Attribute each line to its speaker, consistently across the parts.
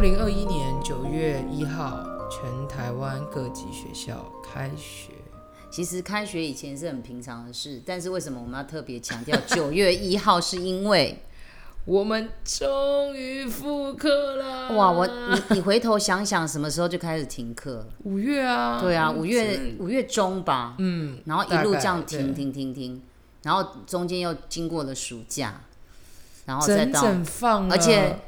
Speaker 1: 零二一年九月一号，全台湾各级学校开学。
Speaker 2: 其实开学以前是很平常的事，但是为什么我们要特别强调九月一号？是因为
Speaker 1: 我们终于复课了！
Speaker 2: 哇，我你你回头想想，什么时候就开始停课？
Speaker 1: 五月啊，
Speaker 2: 对啊，五
Speaker 1: 只
Speaker 2: 月
Speaker 1: 能
Speaker 2: 五月中吧，
Speaker 1: 嗯，
Speaker 2: 然后一路这
Speaker 1: 大
Speaker 2: 样
Speaker 1: 概
Speaker 2: 停
Speaker 1: 对
Speaker 2: 停停停，然后中间又经过了暑假，然后再
Speaker 1: 整
Speaker 2: 到
Speaker 1: 整放了，
Speaker 2: 而且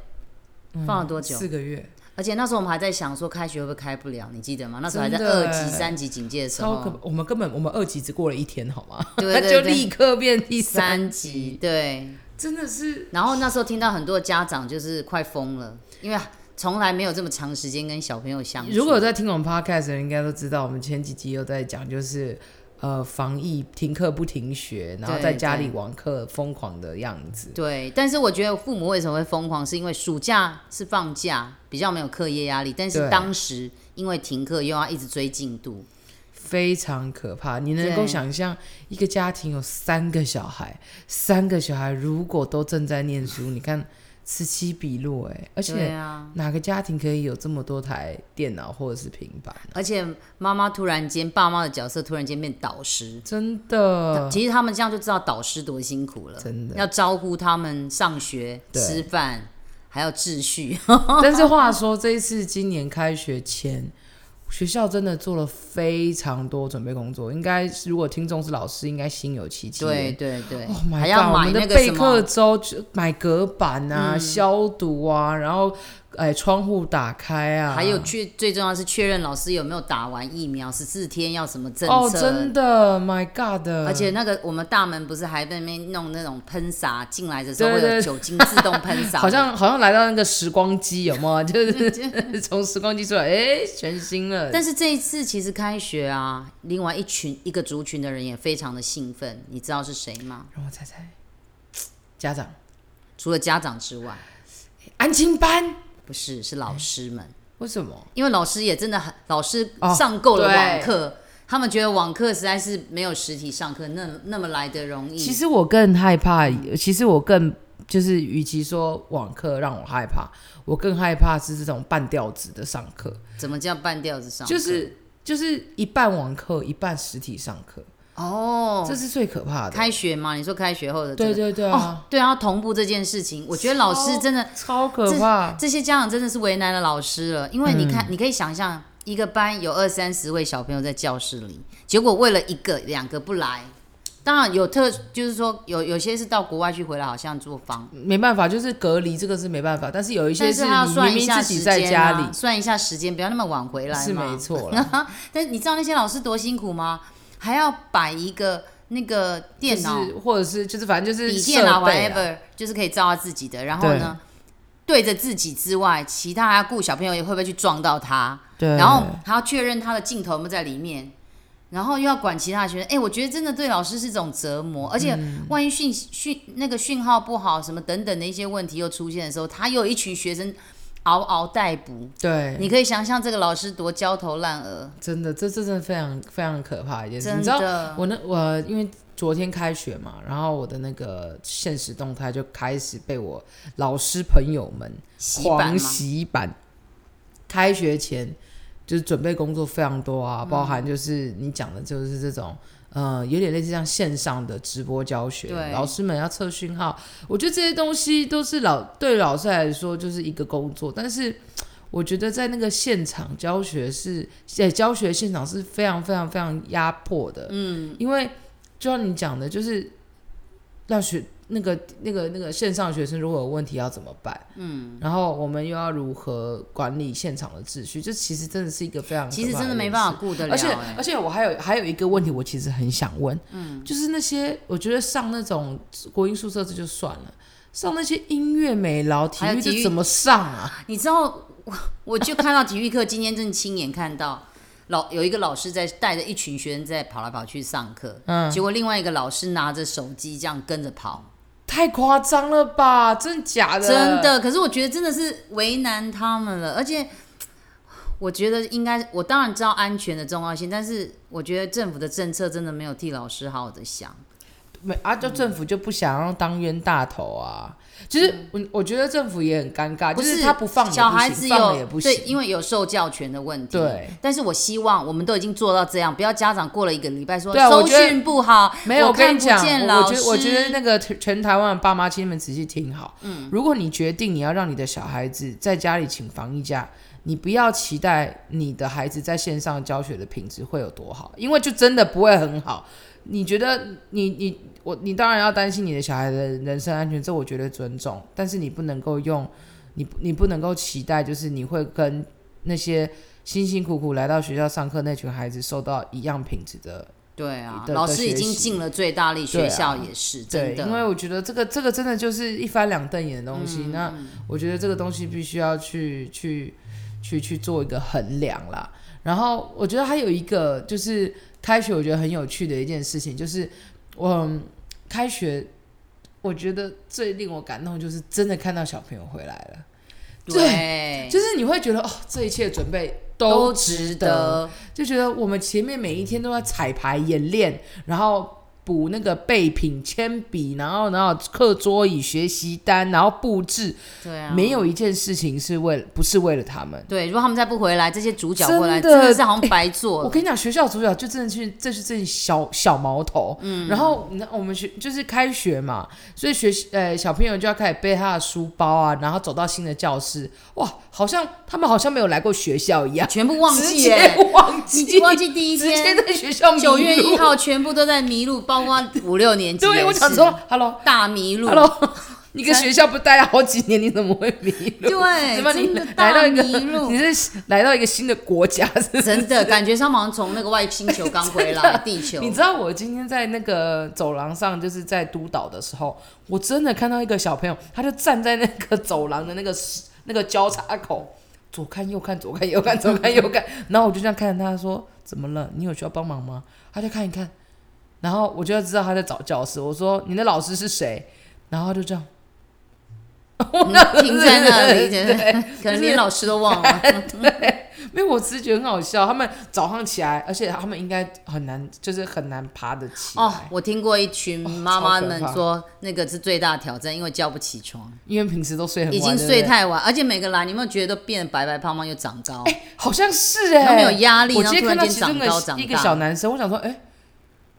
Speaker 1: 嗯
Speaker 2: 放了多久
Speaker 1: 四个月，
Speaker 2: 而且那时候我们还在想说开学会不会开不了，你记得吗？那时候还在
Speaker 1: 真的
Speaker 2: 二级、
Speaker 1: 欸
Speaker 2: 三级警戒的时
Speaker 1: 超可
Speaker 2: 候，！
Speaker 1: 嗯我们根本我们二级只过了一天，好吗？
Speaker 2: 对
Speaker 1: 那
Speaker 2: 对
Speaker 1: 就
Speaker 2: 对
Speaker 1: 立刻变第
Speaker 2: 三
Speaker 1: 三
Speaker 2: 级
Speaker 1: 级，
Speaker 2: 对。
Speaker 1: 真的是
Speaker 2: 然后那时候听到很多家长就是快疯了，因为从来没有这么长时间跟小朋友相处。
Speaker 1: 如果有在听我们 podcast 的人，应该都知道，我们前几集有在讲，就是呃防疫停课不停学，然后
Speaker 2: 对
Speaker 1: 在家里网课疯狂的样子。
Speaker 2: 对，但是我觉得父母为什么会疯狂，是因为暑假是放假，比较没有课业压力，但是
Speaker 1: 对
Speaker 2: 当时因为停课又要一直追进度，
Speaker 1: 非常可怕。你能够
Speaker 2: 对
Speaker 1: 想象一个家庭有三个小孩，三个小孩如果都正在念书，你看此起彼落哎、而
Speaker 2: 对
Speaker 1: 且
Speaker 2: 啊，
Speaker 1: 哪个家庭可以有这么多台电脑或者是平板？
Speaker 2: 而且妈妈突然间，爸妈的角色突然间变导师。
Speaker 1: 真 的，
Speaker 2: 其实他们这样就知道导师多辛苦了，
Speaker 1: 呃真的
Speaker 2: 要招呼他们上学、
Speaker 1: 对
Speaker 2: 吃饭，还要秩序。
Speaker 1: 但是话说，这一次今年开学前，学校真的做了非常多准备工作。应该如果听众是老师，应该心有戚戚。
Speaker 2: 对。对对
Speaker 1: Oh my
Speaker 2: 还要
Speaker 1: god！我
Speaker 2: 买
Speaker 1: 们
Speaker 2: 那
Speaker 1: 的
Speaker 2: 个
Speaker 1: 备
Speaker 2: 什么嗯
Speaker 1: 课周就买隔板啊、消毒啊，然后哎窗户打开啊，
Speaker 2: 还有确最重要的是确认老师有没有打完疫苗，十四天要什么政
Speaker 1: 哦，
Speaker 2: 策。
Speaker 1: 真的，My God！
Speaker 2: 而且那个我们大门不是还在那边弄那种喷洒，进来的时候
Speaker 1: 对
Speaker 2: 会
Speaker 1: 对
Speaker 2: 有酒精自动喷洒，
Speaker 1: 好像好像来到那个时光机，有 没有？就是从时光机出来，哎，全新了。
Speaker 2: 但是这一次其实开学啊，另外一群一个族群的人也非常的兴奋，你知道是谁吗？
Speaker 1: 让我猜猜，家长
Speaker 2: 除了家长之外，
Speaker 1: 安亲班
Speaker 2: 不是是老师们，
Speaker 1: 为什么？
Speaker 2: 因为老师也真的很，老师
Speaker 1: 哦
Speaker 2: 上够了
Speaker 1: 对
Speaker 2: 网课，他们觉得网课实在是没有实体上课那那么来的容易。
Speaker 1: 其实我更害怕，其实我更就是，与其说网课让我害怕，我更害怕是这种半吊子的上课，
Speaker 2: 怎么叫半吊子上课？
Speaker 1: 就是就是一半网课，一半实体上课，
Speaker 2: 哦，
Speaker 1: 这是最可怕的。
Speaker 2: 开学嘛，你说开学后的这
Speaker 1: 对
Speaker 2: 个
Speaker 1: 对对
Speaker 2: 哦
Speaker 1: 啊，，
Speaker 2: 对啊，同步这件事情，我觉得老师真的
Speaker 1: 超可怕。
Speaker 2: 这些家长真的是为难了老师了，因为你
Speaker 1: 嗯
Speaker 2: 看，你可以想象一个班有二三十位小朋友在教室里，结果为了一个两个不来，当然有特就是说有有些是到国外去回来，好像做访，
Speaker 1: 没办法，就是隔离这个是没办法，但是有一些
Speaker 2: 但是
Speaker 1: 你
Speaker 2: 他要算
Speaker 1: 明
Speaker 2: 一
Speaker 1: 明
Speaker 2: 下
Speaker 1: 自己
Speaker 2: 时
Speaker 1: 在
Speaker 2: 间
Speaker 1: 家
Speaker 2: 啊
Speaker 1: 里
Speaker 2: 算一下时间，不要那么晚回来嘛。
Speaker 1: 是没错啦，
Speaker 2: 但你知道那些老师多辛苦吗？还要摆一个那个
Speaker 1: 就
Speaker 2: 电脑，
Speaker 1: 是或者是就是反正就是
Speaker 2: 笔电啊
Speaker 1: 设备啊
Speaker 2: ，whatever，就是可以照他自己的。然后呢，对着自己之外，其他还要顾小朋友会不会去撞到他，
Speaker 1: 对，
Speaker 2: 然后还要确认他的镜头有没有在里面，然后又要管其他的学生。哎、我觉得真的对老师是一种折磨，而且
Speaker 1: 嗯
Speaker 2: 万一讯讯那个讯号不好，什么等等的一些问题又出现的时候，他又有一群学生嗷嗷待哺。
Speaker 1: 对，
Speaker 2: 你可以想象这个老师多焦头烂额，
Speaker 1: 真的，这这真的非常非常可怕的一件事。
Speaker 2: 真
Speaker 1: 你知道
Speaker 2: 的
Speaker 1: 我那我因为昨天开学嘛，然后我的那个现实动态就开始被我老师朋友们
Speaker 2: 洗版
Speaker 1: 狂
Speaker 2: 吗？
Speaker 1: 洗版。开学前就是准备工作非常多
Speaker 2: 嗯
Speaker 1: 啊，包含就是你讲的，就是这种。呃，有点类似像线上的直播教学，
Speaker 2: 对
Speaker 1: 老师们要测讯号，我觉得这些东西都是老对老师来说就是一个工作，但是我觉得在那个现场教学是，在教学现场是非常非常非常压迫的，嗯，因为就像你讲的，就是让学那个那个那个线上学生如果有问题要怎么办，嗯，然后我们又要如何管理现场的秩序，这其实真的是一个非常
Speaker 2: 其实
Speaker 1: 可怕
Speaker 2: 真的
Speaker 1: 一
Speaker 2: 没
Speaker 1: 件
Speaker 2: 办
Speaker 1: 事
Speaker 2: 法顾得了、
Speaker 1: 而且
Speaker 2: 哎
Speaker 1: 而且我还有还有一个问题，我其实很想问，嗯，就是那些我觉得上那种国音宿舍这就算了，上那些音乐美劳体
Speaker 2: 还有
Speaker 1: 育
Speaker 2: 体育
Speaker 1: 这怎么上啊？
Speaker 2: 你知道，我我就看到体育课，今天正亲眼看到老有一个老师在带着一群学生在跑来跑去上课，嗯，结果另外一个老师拿着手机这样跟着跑，
Speaker 1: 太夸张了吧？真的假的？
Speaker 2: 真，的。可是我觉得真的是为难他们了，而且我觉得应该，我当然知道安全的重要性，但是我觉得政府的政策真的没有替老师好好的想。
Speaker 1: 没啊，就政府就不想要当冤大头啊。其实我我觉得政府也很尴尬，
Speaker 2: 嗯不
Speaker 1: 啊就是他不放也不
Speaker 2: 小孩
Speaker 1: 行
Speaker 2: 子
Speaker 1: 放了
Speaker 2: 有
Speaker 1: 也不
Speaker 2: 对，
Speaker 1: 行
Speaker 2: 因为有受教权的问题。
Speaker 1: 对，
Speaker 2: 但是我希望我们都已经做到这样，不要家长过了一个礼拜说
Speaker 1: 对啊我
Speaker 2: 收
Speaker 1: 觉得
Speaker 2: 讯不好，
Speaker 1: 没有，
Speaker 2: 我
Speaker 1: 我跟
Speaker 2: 看
Speaker 1: 你
Speaker 2: 不
Speaker 1: 讲，
Speaker 2: 见
Speaker 1: 我
Speaker 2: 老
Speaker 1: 我
Speaker 2: 师。
Speaker 1: 觉我觉得那个全全台湾的爸妈，请你们仔细听好。嗯，如果你决定你要让你的小孩子在家里请防疫假，你不要期待你的孩子在线上教学的品质会有多好，因为就真的不会很好。你觉得你你我你当然要担心你的小孩的人身安全，这我绝对尊重，但是你不能够用你你不能够期待，就是你会跟那些辛辛苦苦来到学校上课那群孩子受到一样品质的
Speaker 2: 对啊，
Speaker 1: 的
Speaker 2: 老
Speaker 1: 的
Speaker 2: 师已
Speaker 1: 学
Speaker 2: 经
Speaker 1: 习
Speaker 2: 尽了最大力，
Speaker 1: 对
Speaker 2: 学
Speaker 1: 啊
Speaker 2: 校也是
Speaker 1: 对
Speaker 2: 真，的。
Speaker 1: 因为我觉得这个这个真的就是一翻两瞪眼的东
Speaker 2: 嗯
Speaker 1: 西。那我觉得这个东西必须要去去去去做一个衡量啦。然后我觉得还有一个就是开学，我觉得很有趣的一件事情，就是我、嗯开学，我觉得最令我感动就是真的看到小朋友回来了，
Speaker 2: 对，
Speaker 1: 就是你会觉得哦，这一切准备
Speaker 2: 都
Speaker 1: 值
Speaker 2: 值得。
Speaker 1: 就觉得我们前面每一天都在彩排演练，然后补那个备品、铅笔，然后然后课桌椅、学习单，然后布置，
Speaker 2: 对啊，
Speaker 1: 没有一件事情是为了不是为了他们。
Speaker 2: 对，如果他们再不回来，这些主角
Speaker 1: 真
Speaker 2: 回来
Speaker 1: 的哎
Speaker 2: 真的是好像白做
Speaker 1: 我
Speaker 2: 了。
Speaker 1: 跟你讲，学校主角就真的去，这是这小小毛头。嗯，然后你知道我们学就是开学嘛，所以学习呃小朋友就要开始背他的书包啊，然后走到新的教室，哇，好像他们好像没有来过学校一样，
Speaker 2: 全部忘
Speaker 1: 直
Speaker 2: 记
Speaker 1: 接
Speaker 2: 耶，
Speaker 1: 忘
Speaker 2: 你
Speaker 1: 记，
Speaker 2: 忘记第一
Speaker 1: 直接
Speaker 2: 天
Speaker 1: 在学校迷
Speaker 2: 九月
Speaker 1: 路
Speaker 2: 一号全部都在迷路，包括五六年级也是。
Speaker 1: 对，我想说，Hello
Speaker 2: 大迷路
Speaker 1: Hello，你 跟学校不待了好几年，你怎么会迷路？
Speaker 2: 对
Speaker 1: 怎么你
Speaker 2: 真的
Speaker 1: 来
Speaker 2: 大
Speaker 1: 到一个
Speaker 2: 迷 路
Speaker 1: 你是来到一个新的国家，是不是
Speaker 2: 真的感觉上好像从那个外星球刚回来，地球
Speaker 1: 你知道我今天在那个走廊上，就是在督导的时候，我真的看到一个小朋友，他就站在那个走廊的那个石那个交叉口，左看右看，左看右看，左看右看，然后我就这样看着他说：“怎么了？你有需要帮忙吗？”他就看一看，然后我就知道他在找教室。我说：“你的老师是谁？”然后他就这样。我
Speaker 2: 嗯停在那 里，
Speaker 1: 对
Speaker 2: 对 可能连老师都 忘了。
Speaker 1: 因为我只是觉得很好笑，他们早上起来，而且他们应该很难，就是很难爬得起来，
Speaker 2: 哦，我听过一群妈妈们
Speaker 1: 超可怕
Speaker 2: 说，那个是最大的挑战，因为叫不起 床，
Speaker 1: 因为平时都睡很晚，
Speaker 2: 已经
Speaker 1: 对不
Speaker 2: 睡
Speaker 1: 对
Speaker 2: 太晚，而且每个来，你有没有觉得都变得白白胖胖又长 高？
Speaker 1: 哎好像是哎、
Speaker 2: 他们有压力
Speaker 1: 我
Speaker 2: 然
Speaker 1: 今
Speaker 2: 后
Speaker 1: 天
Speaker 2: 突
Speaker 1: 看到
Speaker 2: 然间
Speaker 1: 其中一
Speaker 2: 长高
Speaker 1: 个
Speaker 2: 长
Speaker 1: 一个
Speaker 2: 大
Speaker 1: 小男生，我想说，哎、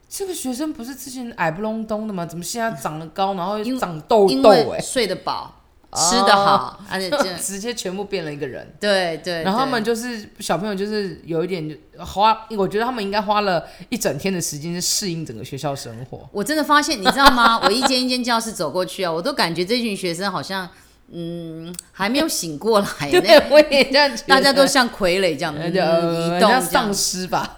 Speaker 1: 这个学生不是之前矮不隆咚的吗？怎么现在长得高，然后又
Speaker 2: 因
Speaker 1: 长痘
Speaker 2: 因
Speaker 1: 痘、
Speaker 2: 为
Speaker 1: 哎，
Speaker 2: 睡得饱，
Speaker 1: 哦
Speaker 2: 吃得好，而 且这
Speaker 1: 直接全部变了一个人。
Speaker 2: 对对，
Speaker 1: 然后他
Speaker 2: 对
Speaker 1: 们就是小朋友，就是有一点就花，我觉得他们应该花了一整天的时间去适应整个学校生活。
Speaker 2: 我真的发现，你知道吗？ 我一间一间教室走过去啊，我都感觉这群学生好像，嗯，还没有醒过来， 那
Speaker 1: 对，我也这样觉得。
Speaker 2: 大家都像傀儡这 样、嗯、
Speaker 1: 呃呃像
Speaker 2: 移动这
Speaker 1: 丧
Speaker 2: 样，
Speaker 1: 尸吧？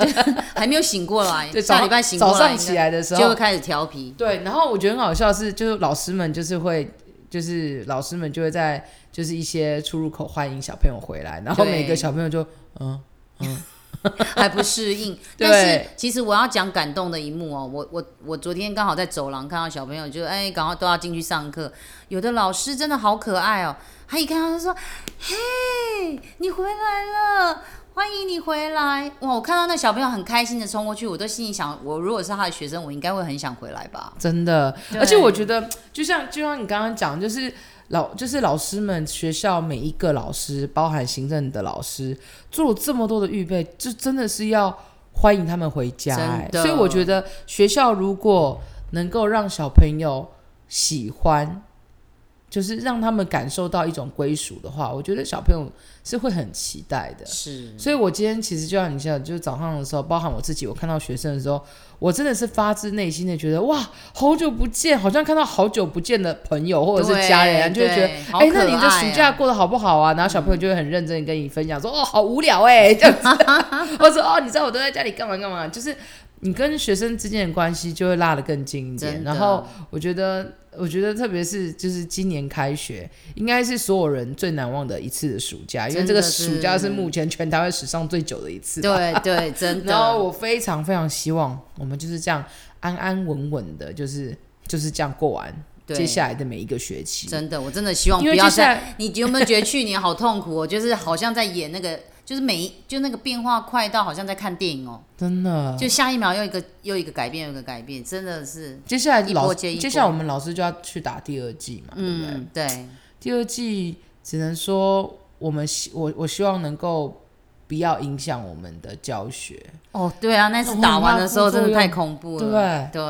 Speaker 2: 还没有醒过 来
Speaker 1: 就。早
Speaker 2: 下礼拜醒过
Speaker 1: 早
Speaker 2: 来应该，
Speaker 1: 上起来的时候
Speaker 2: 就会开始调皮。
Speaker 1: 对，然后我觉得很好笑的是，就是老师们就是会，就是老师们就会在就是一些出入口欢迎小朋友回来，然后
Speaker 2: 对
Speaker 1: 每个小朋友就嗯，
Speaker 2: 还不适应。
Speaker 1: 对
Speaker 2: 但是其实我要讲感动的一幕哦，我我我昨天刚好在走廊看到小朋友就，哎，赶快都要进去上课。有的老师真的好可爱哦，他一看到他就说：“嘿，你回来了。”欢迎你回来！哇，我看到那小朋友很开心的冲过去，我都心里想，我如果是他的学生，我应该会很想回来吧。
Speaker 1: 真的，
Speaker 2: 对
Speaker 1: 而且我觉得就像就像你刚刚讲，就是。老就是老师们，学校每一个老师，包含行政的老师，做了这么多的预备，就真的是要欢迎他们回家、
Speaker 2: 真
Speaker 1: 哎
Speaker 2: 的
Speaker 1: 所以我觉得学校如果能够让小朋友喜欢，就是让他们感受到一种归属的话，我觉得小朋友是会很期待的。
Speaker 2: 是，
Speaker 1: 所以我今天其实就像你讲，就是早上的时候，包含我自己，我看到学生的时候，我真的是发自内心的觉得，哇，好久不见，好像看到好久不见的朋友或者是家人啊，就
Speaker 2: 对
Speaker 1: 会觉得。
Speaker 2: 对好
Speaker 1: 哎、
Speaker 2: 可
Speaker 1: 那你这
Speaker 2: 爱
Speaker 1: 暑假
Speaker 2: 啊
Speaker 1: 过得好不好啊？然后小朋友就会很认真地跟你分享说，哦，好无聊哎、这样 子。我说哦，你知道我都在家里干嘛干嘛，就是你跟学生之间的关系就会拉得更近一点。
Speaker 2: 真的
Speaker 1: 然后我觉得，我觉得特别是就是今年开学，应该是所有人最难忘的一次的暑假，因为
Speaker 2: 真
Speaker 1: 这个
Speaker 2: 的
Speaker 1: 暑假
Speaker 2: 是
Speaker 1: 是目前全台湾史上最久的一次。。
Speaker 2: 对对，真
Speaker 1: 然后
Speaker 2: 的，
Speaker 1: 我非常非常希望我们就是这样安安稳稳的，就是就是这样过完
Speaker 2: 对
Speaker 1: 接下来的每一个学期。
Speaker 2: 真的，我真的希望
Speaker 1: 因
Speaker 2: 不
Speaker 1: 为
Speaker 2: 要
Speaker 1: 接下
Speaker 2: 再
Speaker 1: 来
Speaker 2: 你有没有觉得去年好痛苦、哦？就是好像在演那个就是每一就那个变化快到好像在看电影哦，
Speaker 1: 真的。
Speaker 2: 就下一秒又一个又一个改变又一个改变，真的是，
Speaker 1: 接下来
Speaker 2: 一
Speaker 1: 老
Speaker 2: 波接一波
Speaker 1: 接下来我们老师就要去打第二季嘛，对不对？
Speaker 2: 嗯，对，
Speaker 1: 第二季只能说我们希我我希望能够不要影响我们的教学，
Speaker 2: 哦，对啊，那
Speaker 1: 那
Speaker 2: 次
Speaker 1: 我
Speaker 2: 打
Speaker 1: 很
Speaker 2: 完
Speaker 1: 怕
Speaker 2: 的
Speaker 1: 副
Speaker 2: 时候真
Speaker 1: 作
Speaker 2: 的
Speaker 1: 用
Speaker 2: 太恐怖
Speaker 1: 对不
Speaker 2: 了，
Speaker 1: 对？
Speaker 2: 对，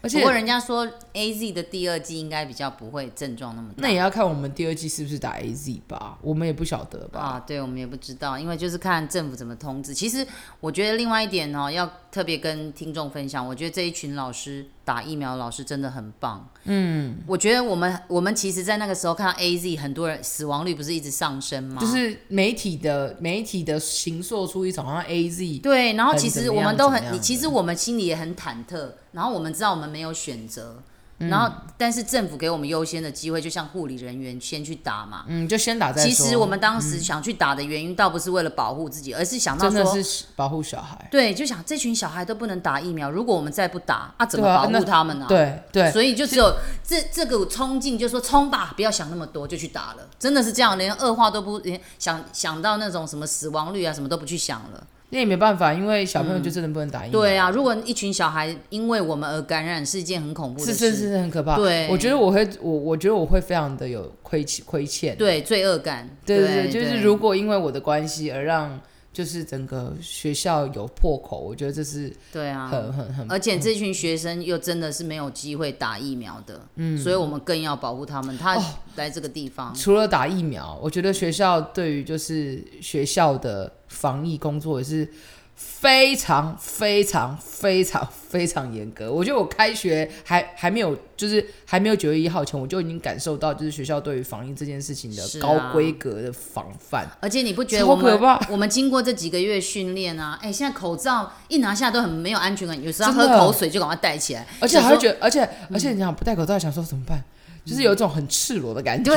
Speaker 1: 而
Speaker 2: 不过
Speaker 1: 且
Speaker 2: 人家说 A Z 的第二季应该比较不会症状那么
Speaker 1: 那也要看我们第二季是不是打 A Z 吧，我们也不晓得
Speaker 2: 大
Speaker 1: 吧。
Speaker 2: 啊，对我们也不知道，因为就是看政府怎么通知。其实我觉得另外一点哦，要特别跟听众分享，我觉得这一群老师打疫苗的老师真的很棒。嗯，我觉得我们我们其实，在那个时候看到 A Z 很多人死亡率不是一直上升吗？
Speaker 1: 就是媒体的媒体的形塑出一种好像 A Z
Speaker 2: 对，然后
Speaker 1: 很
Speaker 2: 其
Speaker 1: 怎
Speaker 2: 实
Speaker 1: 么
Speaker 2: 我们
Speaker 1: 样
Speaker 2: 都
Speaker 1: 怎么
Speaker 2: 很，
Speaker 1: 样
Speaker 2: 你其实我们心里也很忐忑，然后我们知道我们没有选择，
Speaker 1: 嗯
Speaker 2: 然后但是政府给我们优先的机会，就像护理人员先去打嘛。
Speaker 1: 嗯，就先打再说。嗯
Speaker 2: 其实我们当时想去打的原因，倒不是为了保护自己，而是想到
Speaker 1: 真的
Speaker 2: 说，
Speaker 1: 是保护小孩，
Speaker 2: 对，就想这群小孩都不能打疫苗，如果我们再不打，啊，怎么
Speaker 1: 对啊
Speaker 2: 保
Speaker 1: 那
Speaker 2: 护他们呢、
Speaker 1: 对对，
Speaker 2: 所以就只有这这个冲劲，就说冲吧，不要想那么多，就去打了。真的是这样，连恶化都不，连想想到那种什么死亡率啊，什么都不去想了。
Speaker 1: 那也没办法，因为小
Speaker 2: 嗯
Speaker 1: 朋友就真的不能打疫苗。
Speaker 2: 对啊，如果一群小孩因为我们而感染，是一件很恐怖的
Speaker 1: 是
Speaker 2: 事。
Speaker 1: 是是很可怕。
Speaker 2: 对
Speaker 1: 我觉得我会，我我觉得我会非常的有亏欠亏欠。
Speaker 2: 对，罪恶感。
Speaker 1: 对
Speaker 2: 对
Speaker 1: 对，就是如果因为我的关系而让就是整个学校有破口，我觉得这是
Speaker 2: 对啊，
Speaker 1: 很很很
Speaker 2: 而且这群学生又真的是没有机会打疫苗的，嗯，所以我们更要保护他们。
Speaker 1: 哦
Speaker 2: 他来这个地方，
Speaker 1: 除了打疫苗，我觉得学校对于就是学校的防疫工作也是非常非常非常非常严格。我觉得我开学还还没有，就是还没有九月一号前，我就已经感受到就是学校对于防疫这件事情
Speaker 2: 是
Speaker 1: 的
Speaker 2: 啊
Speaker 1: 高规格的防范。
Speaker 2: 而且你不觉得
Speaker 1: 超
Speaker 2: 我们
Speaker 1: 可怕
Speaker 2: 我们经过这几个月训练啊， 哎，现在口罩一拿下都很没有安全感，有时候
Speaker 1: 真的
Speaker 2: 喝口水就嗯赶快戴起来，
Speaker 1: 而且还会
Speaker 2: 得
Speaker 1: 觉得，而且而且你想不戴口罩，想说怎么办？就是有一种很赤裸的感觉，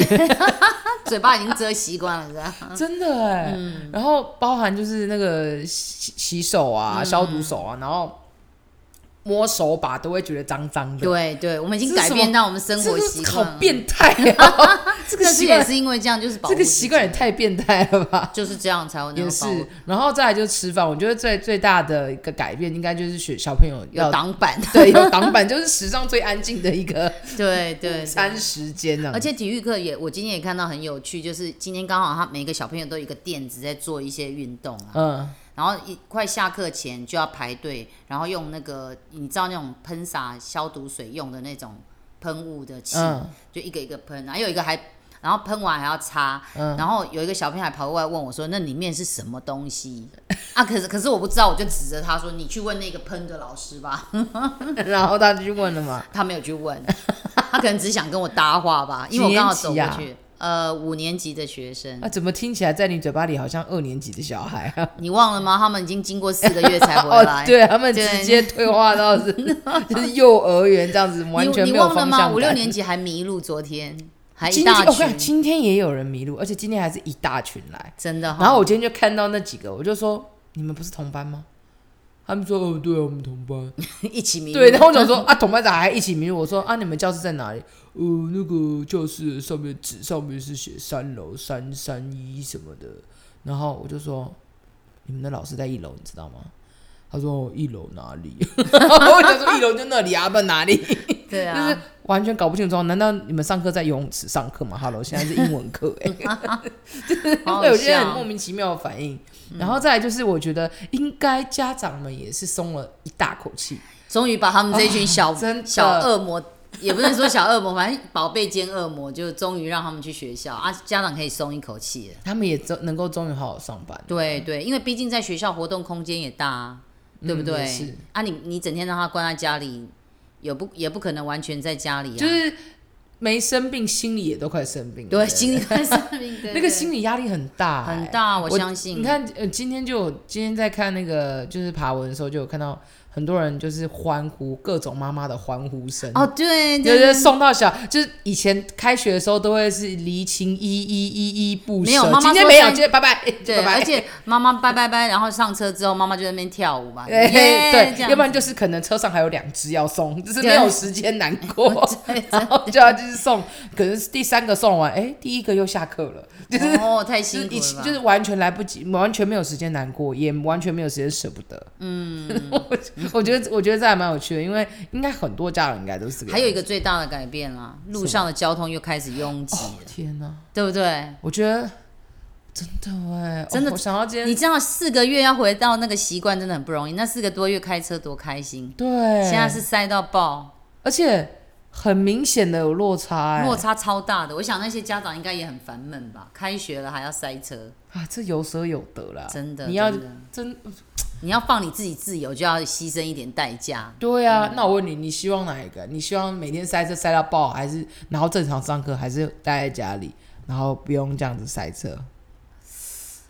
Speaker 2: 嘴巴已经遮习惯了，是 吧？
Speaker 1: 真的哎、
Speaker 2: 嗯
Speaker 1: 然后包含就是那个洗洗手
Speaker 2: 嗯
Speaker 1: 啊、消毒手啊，然后摸手把都会觉得脏脏的，
Speaker 2: 对对，我们已经
Speaker 1: 这是
Speaker 2: 改
Speaker 1: 什么
Speaker 2: 变到我们生
Speaker 1: 这
Speaker 2: 活
Speaker 1: 个
Speaker 2: 习惯
Speaker 1: 好
Speaker 2: 了。
Speaker 1: 变态啊！这个
Speaker 2: 但是
Speaker 1: 习
Speaker 2: 也
Speaker 1: 惯，
Speaker 2: 是因为这样， 就是保护
Speaker 1: 这个
Speaker 2: 自己
Speaker 1: 习惯也太变态了吧！
Speaker 2: 就是这样才会能
Speaker 1: 也
Speaker 2: 够保护
Speaker 1: 是，然后再来就是吃饭，我觉得最最大的一个改变，应该就是学小朋友
Speaker 2: 有
Speaker 1: 要
Speaker 2: 挡板。
Speaker 1: 对有挡板，就是史上最安静的一个
Speaker 2: 对 对对
Speaker 1: 餐时间啊呢、
Speaker 2: 而且体育课也，我今天也看到很有趣，就是今天刚好他每个小朋友都有一个垫子在做一些运动啊，
Speaker 1: 嗯，
Speaker 2: 然后一快下课前就要排队，然后用那个你知道那种喷洒消毒水用的那种喷雾的器，
Speaker 1: 嗯
Speaker 2: 就一个一个喷，然后有一个还。然后喷完还要擦，
Speaker 1: 嗯
Speaker 2: 然后有一个小朋友还跑过来问我说：“那里面是什么东西 啊？”可是可是我不知道，我就指着他说：“你去问那个喷的老师吧。”
Speaker 1: 然后他就去问了嘛，
Speaker 2: 他没有去问， 他可能只想跟我搭 话吧，因为我刚好走过
Speaker 1: 几啊
Speaker 2: 去。呃，五年级的学生，
Speaker 1: 那、怎么听起来在你嘴巴里好像二年级的小孩 啊？
Speaker 2: 你忘了吗？他们已经经过四个月才 回
Speaker 1: 哦
Speaker 2: 来。，
Speaker 1: 对，他们
Speaker 2: 对
Speaker 1: 直接退化到是 就是幼儿园这样子，完全
Speaker 2: 你
Speaker 1: 没有
Speaker 2: 你忘
Speaker 1: 方向
Speaker 2: 了吗？
Speaker 1: 感。哦
Speaker 2: 五六年级还迷路，昨天还一
Speaker 1: 今天
Speaker 2: 大
Speaker 1: 我跟你讲，
Speaker 2: 群，
Speaker 1: 今天也有人迷路，而且今天还是一大群来。
Speaker 2: 真的哈。
Speaker 1: 然后我今天就看到那几个，我就说：“你们不是同班吗？”他们说：“哦，对啊，我们同班。
Speaker 2: 一起”迷路。
Speaker 1: 对，然后我想说：“啊，同班咋还一起迷路？”我说：“啊，你们教室在哪里？”呃，那个教室上面纸上面是写三楼三三一什么的。然后我就说：“你们的老师在一楼，你知道吗？”他说：“哦一楼哪里？” 我想说：“一楼就那里啊，不然哪里？”
Speaker 2: 对
Speaker 1: 就是
Speaker 2: 啊，
Speaker 1: 完全搞不清楚。哦难道你们上课在游泳池上课吗？Hello，现在是英文 课哎、
Speaker 2: 好好
Speaker 1: 会有些很
Speaker 2: 笑哦
Speaker 1: 莫名其妙的反应。然后再来就是，我觉得应该家长们也是松了一大口气，
Speaker 2: 终于把他们这群小、
Speaker 1: 啊真的
Speaker 2: 小恶魔，也不能说小恶魔，反正宝贝兼恶魔，就终于让他们去学校啊，家长可以松一口气了。
Speaker 1: 他们也终能够终于好好上班。
Speaker 2: 对对，因为毕竟在学校活动空间也大、啊，对不
Speaker 1: 嗯
Speaker 2: 对？
Speaker 1: 也是
Speaker 2: 啊你，你整天让他关在家里，也不也不可能完全在家里啊。
Speaker 1: 就是没生病，心里也都快生病了。
Speaker 2: 对，心理关生 病，对
Speaker 1: 那个心理压力很大、
Speaker 2: 很
Speaker 1: 哎
Speaker 2: 大，我
Speaker 1: 我
Speaker 2: 相信。
Speaker 1: 你，看，呃，今天就有今天在看那个就是爬文的时候，就有看到很多人就是欢呼，各种妈妈的欢呼声。
Speaker 2: 哦，对
Speaker 1: 就
Speaker 2: 对
Speaker 1: 是
Speaker 2: 对，
Speaker 1: 送到小，就是以前开学的时候都会是离情依依依依不舍。
Speaker 2: 没有妈妈
Speaker 1: 今天
Speaker 2: 说
Speaker 1: 没有，
Speaker 2: 三
Speaker 1: 今天拜拜，
Speaker 2: 对，
Speaker 1: 拜拜
Speaker 2: 而且妈妈拜拜拜，然后上车之后，妈妈就在那边跳舞嘛，
Speaker 1: 对
Speaker 2: 耶这
Speaker 1: 对，
Speaker 2: 样
Speaker 1: 要不然就是可能车上还有两只要送，就是没有时间难过，
Speaker 2: 对
Speaker 1: 然后就要就是送，可能是第三个送完，哎，第一个又下课 了，就是、
Speaker 2: 哦，太
Speaker 1: 就是
Speaker 2: 辛苦
Speaker 1: 一
Speaker 2: 了吧，
Speaker 1: 就是完全来不及，完全没有时间难过，也完全没有时间舍不得。嗯， 我我觉得我觉得这还蛮有趣的，因为应该很多家长应该都是这个样子。
Speaker 2: 还有一个最大的改变啦，路上的交通又开始拥挤
Speaker 1: 哦
Speaker 2: 了，
Speaker 1: 天哪，
Speaker 2: 对不对？
Speaker 1: 我觉得真的哎，
Speaker 2: 真的
Speaker 1: 哦我想到今天
Speaker 2: 你知道四个月要回到那个习惯真的很不容易，那四个多月开车多开心，
Speaker 1: 对，
Speaker 2: 现在是塞到爆，
Speaker 1: 而且很明显的有落差哎，
Speaker 2: 落差超大的。我想那些家长应该也很烦闷吧，开学了还要塞车，
Speaker 1: 啊，这有舍有得啦，
Speaker 2: 真的，
Speaker 1: 你要
Speaker 2: 真的
Speaker 1: 真
Speaker 2: 你要放你自己自由，就要牺牲一点代价。
Speaker 1: 对
Speaker 2: 嗯
Speaker 1: 啊，那我问你，你希望哪一个？你希望每天塞车塞到爆，还是然后正常上课，还是待在家里，然后不用这样子塞车？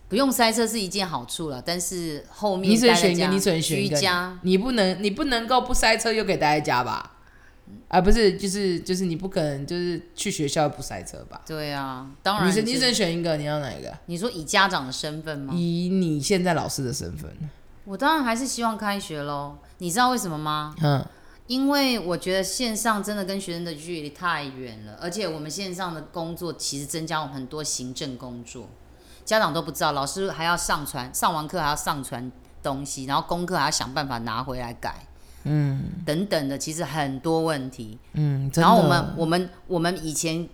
Speaker 2: 不用塞车是一件好处了，但是后面
Speaker 1: 你只能
Speaker 2: 待在
Speaker 1: 选一个，
Speaker 2: 家
Speaker 1: 你只能选一
Speaker 2: 居
Speaker 1: 个，
Speaker 2: 家，
Speaker 1: 你不能，你不能够不塞车又可以待在家吧？啊，不是，就是就是你不可能就是去学校不塞车吧？
Speaker 2: 对啊，当
Speaker 1: 你
Speaker 2: 然
Speaker 1: 是
Speaker 2: 是嗯
Speaker 1: 你只能选一个，你要哪一个？
Speaker 2: 你说以家长的身份吗？
Speaker 1: 以你现在老师的身份，
Speaker 2: 我当然还是希望开学喽。你知道为什么吗？
Speaker 1: 嗯，
Speaker 2: 因为我觉得线上真的跟学生的距离太远了，而且我们线上的工作其实增加我们很多行政工作，家长都不知道，老师还要上传，上完课还要上传东西，然后功课还要想办法拿回来改，嗯，等等的，其实很多问题。
Speaker 1: 嗯，真的
Speaker 2: 然后我们我们我们以前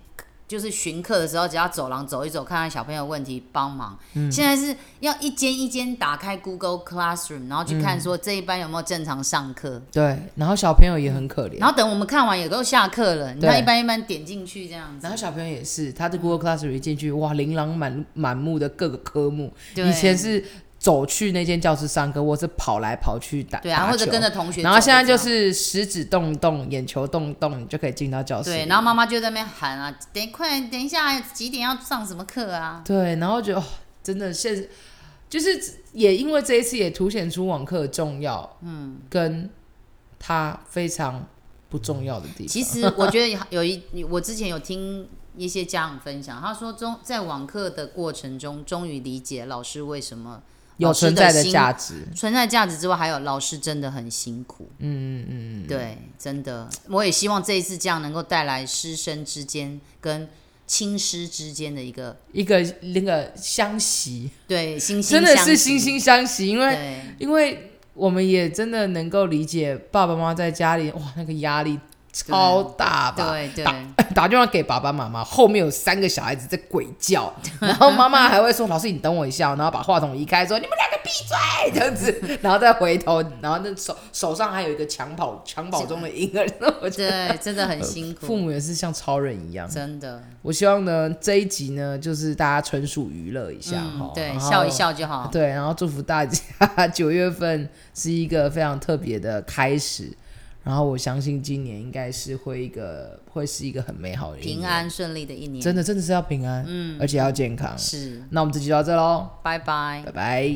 Speaker 2: 就是巡课的时候，只要走廊走一走，看看小朋友有问题帮忙。
Speaker 1: 嗯
Speaker 2: 现在是要一间一间打开 Google Classroom，然后去
Speaker 1: 嗯
Speaker 2: 看说这一班有没有正常上课。
Speaker 1: 对，然后小朋友也很可怜。
Speaker 2: 然后等我们看完也都下课了，你
Speaker 1: 对
Speaker 2: 看一般一般点进去这样子
Speaker 1: 然，后小朋友也是，他的 Google Classroom 一进去，哇，琳琅满满目的各个科目。
Speaker 2: 对
Speaker 1: 以前是走去那间教室上课，或是跑来跑去打
Speaker 2: 对啊，
Speaker 1: 打
Speaker 2: 或者
Speaker 1: 球
Speaker 2: 跟着同学走，
Speaker 1: 然后现在就是食指动一动，眼球动一动，你就可以进到教室。
Speaker 2: 这样对，然后妈妈就在那边喊啊，等快等一下几点要上什么课啊？
Speaker 1: 对，然后就、哦、真的现，就是也因为这一次也凸显出网课的重要，嗯，跟它非常不重要的地方。
Speaker 2: 其实我觉得有 一，我之前有听一些家长分享，他说中在网课的过程中，终于理解老师为什么
Speaker 1: 有
Speaker 2: 老师
Speaker 1: 存在的
Speaker 2: 心
Speaker 1: 价值，
Speaker 2: 存在价值之外，还有老师真的很辛苦。嗯嗯嗯，对，真的，我也希望这一次这样能够带来师生之间跟亲师之间的一个
Speaker 1: 一个那个相惜，
Speaker 2: 对惺惺
Speaker 1: 真的
Speaker 2: 相
Speaker 1: 是
Speaker 2: 惜
Speaker 1: 惺惺相惜，因为
Speaker 2: 对。
Speaker 1: 因为我们也真的能够理解爸爸妈妈在家里哇那个压力超大吧。
Speaker 2: 对对，
Speaker 1: 打电话给爸爸妈妈，后面有三个小孩子在鬼叫， 然后妈妈还会说：“老师，你等我一下。”然后把话筒移开，说：“你们两个闭嘴！”这样子， 然后再回头，然后那手手上还有一个襁褓襁褓中的婴 儿，我觉得
Speaker 2: 对，真的很辛
Speaker 1: 呃父
Speaker 2: 苦，
Speaker 1: 母也是像超人一样。
Speaker 2: 真的。
Speaker 1: 我希望呢这一集呢，就是大家纯属娱乐一下哈、
Speaker 2: 嗯，对，
Speaker 1: 然后
Speaker 2: 笑一笑就好。
Speaker 1: 对，然后祝福大家九月份是一个非常特别的开始，然后我相信今年应该是会一个会是一个很美好的一
Speaker 2: 平
Speaker 1: 年，
Speaker 2: 安顺利的一年，
Speaker 1: 真的真的是要平安，嗯，而且要健康。
Speaker 2: 是，
Speaker 1: 那我们这集就到这喽，
Speaker 2: 拜拜。
Speaker 1: 拜拜。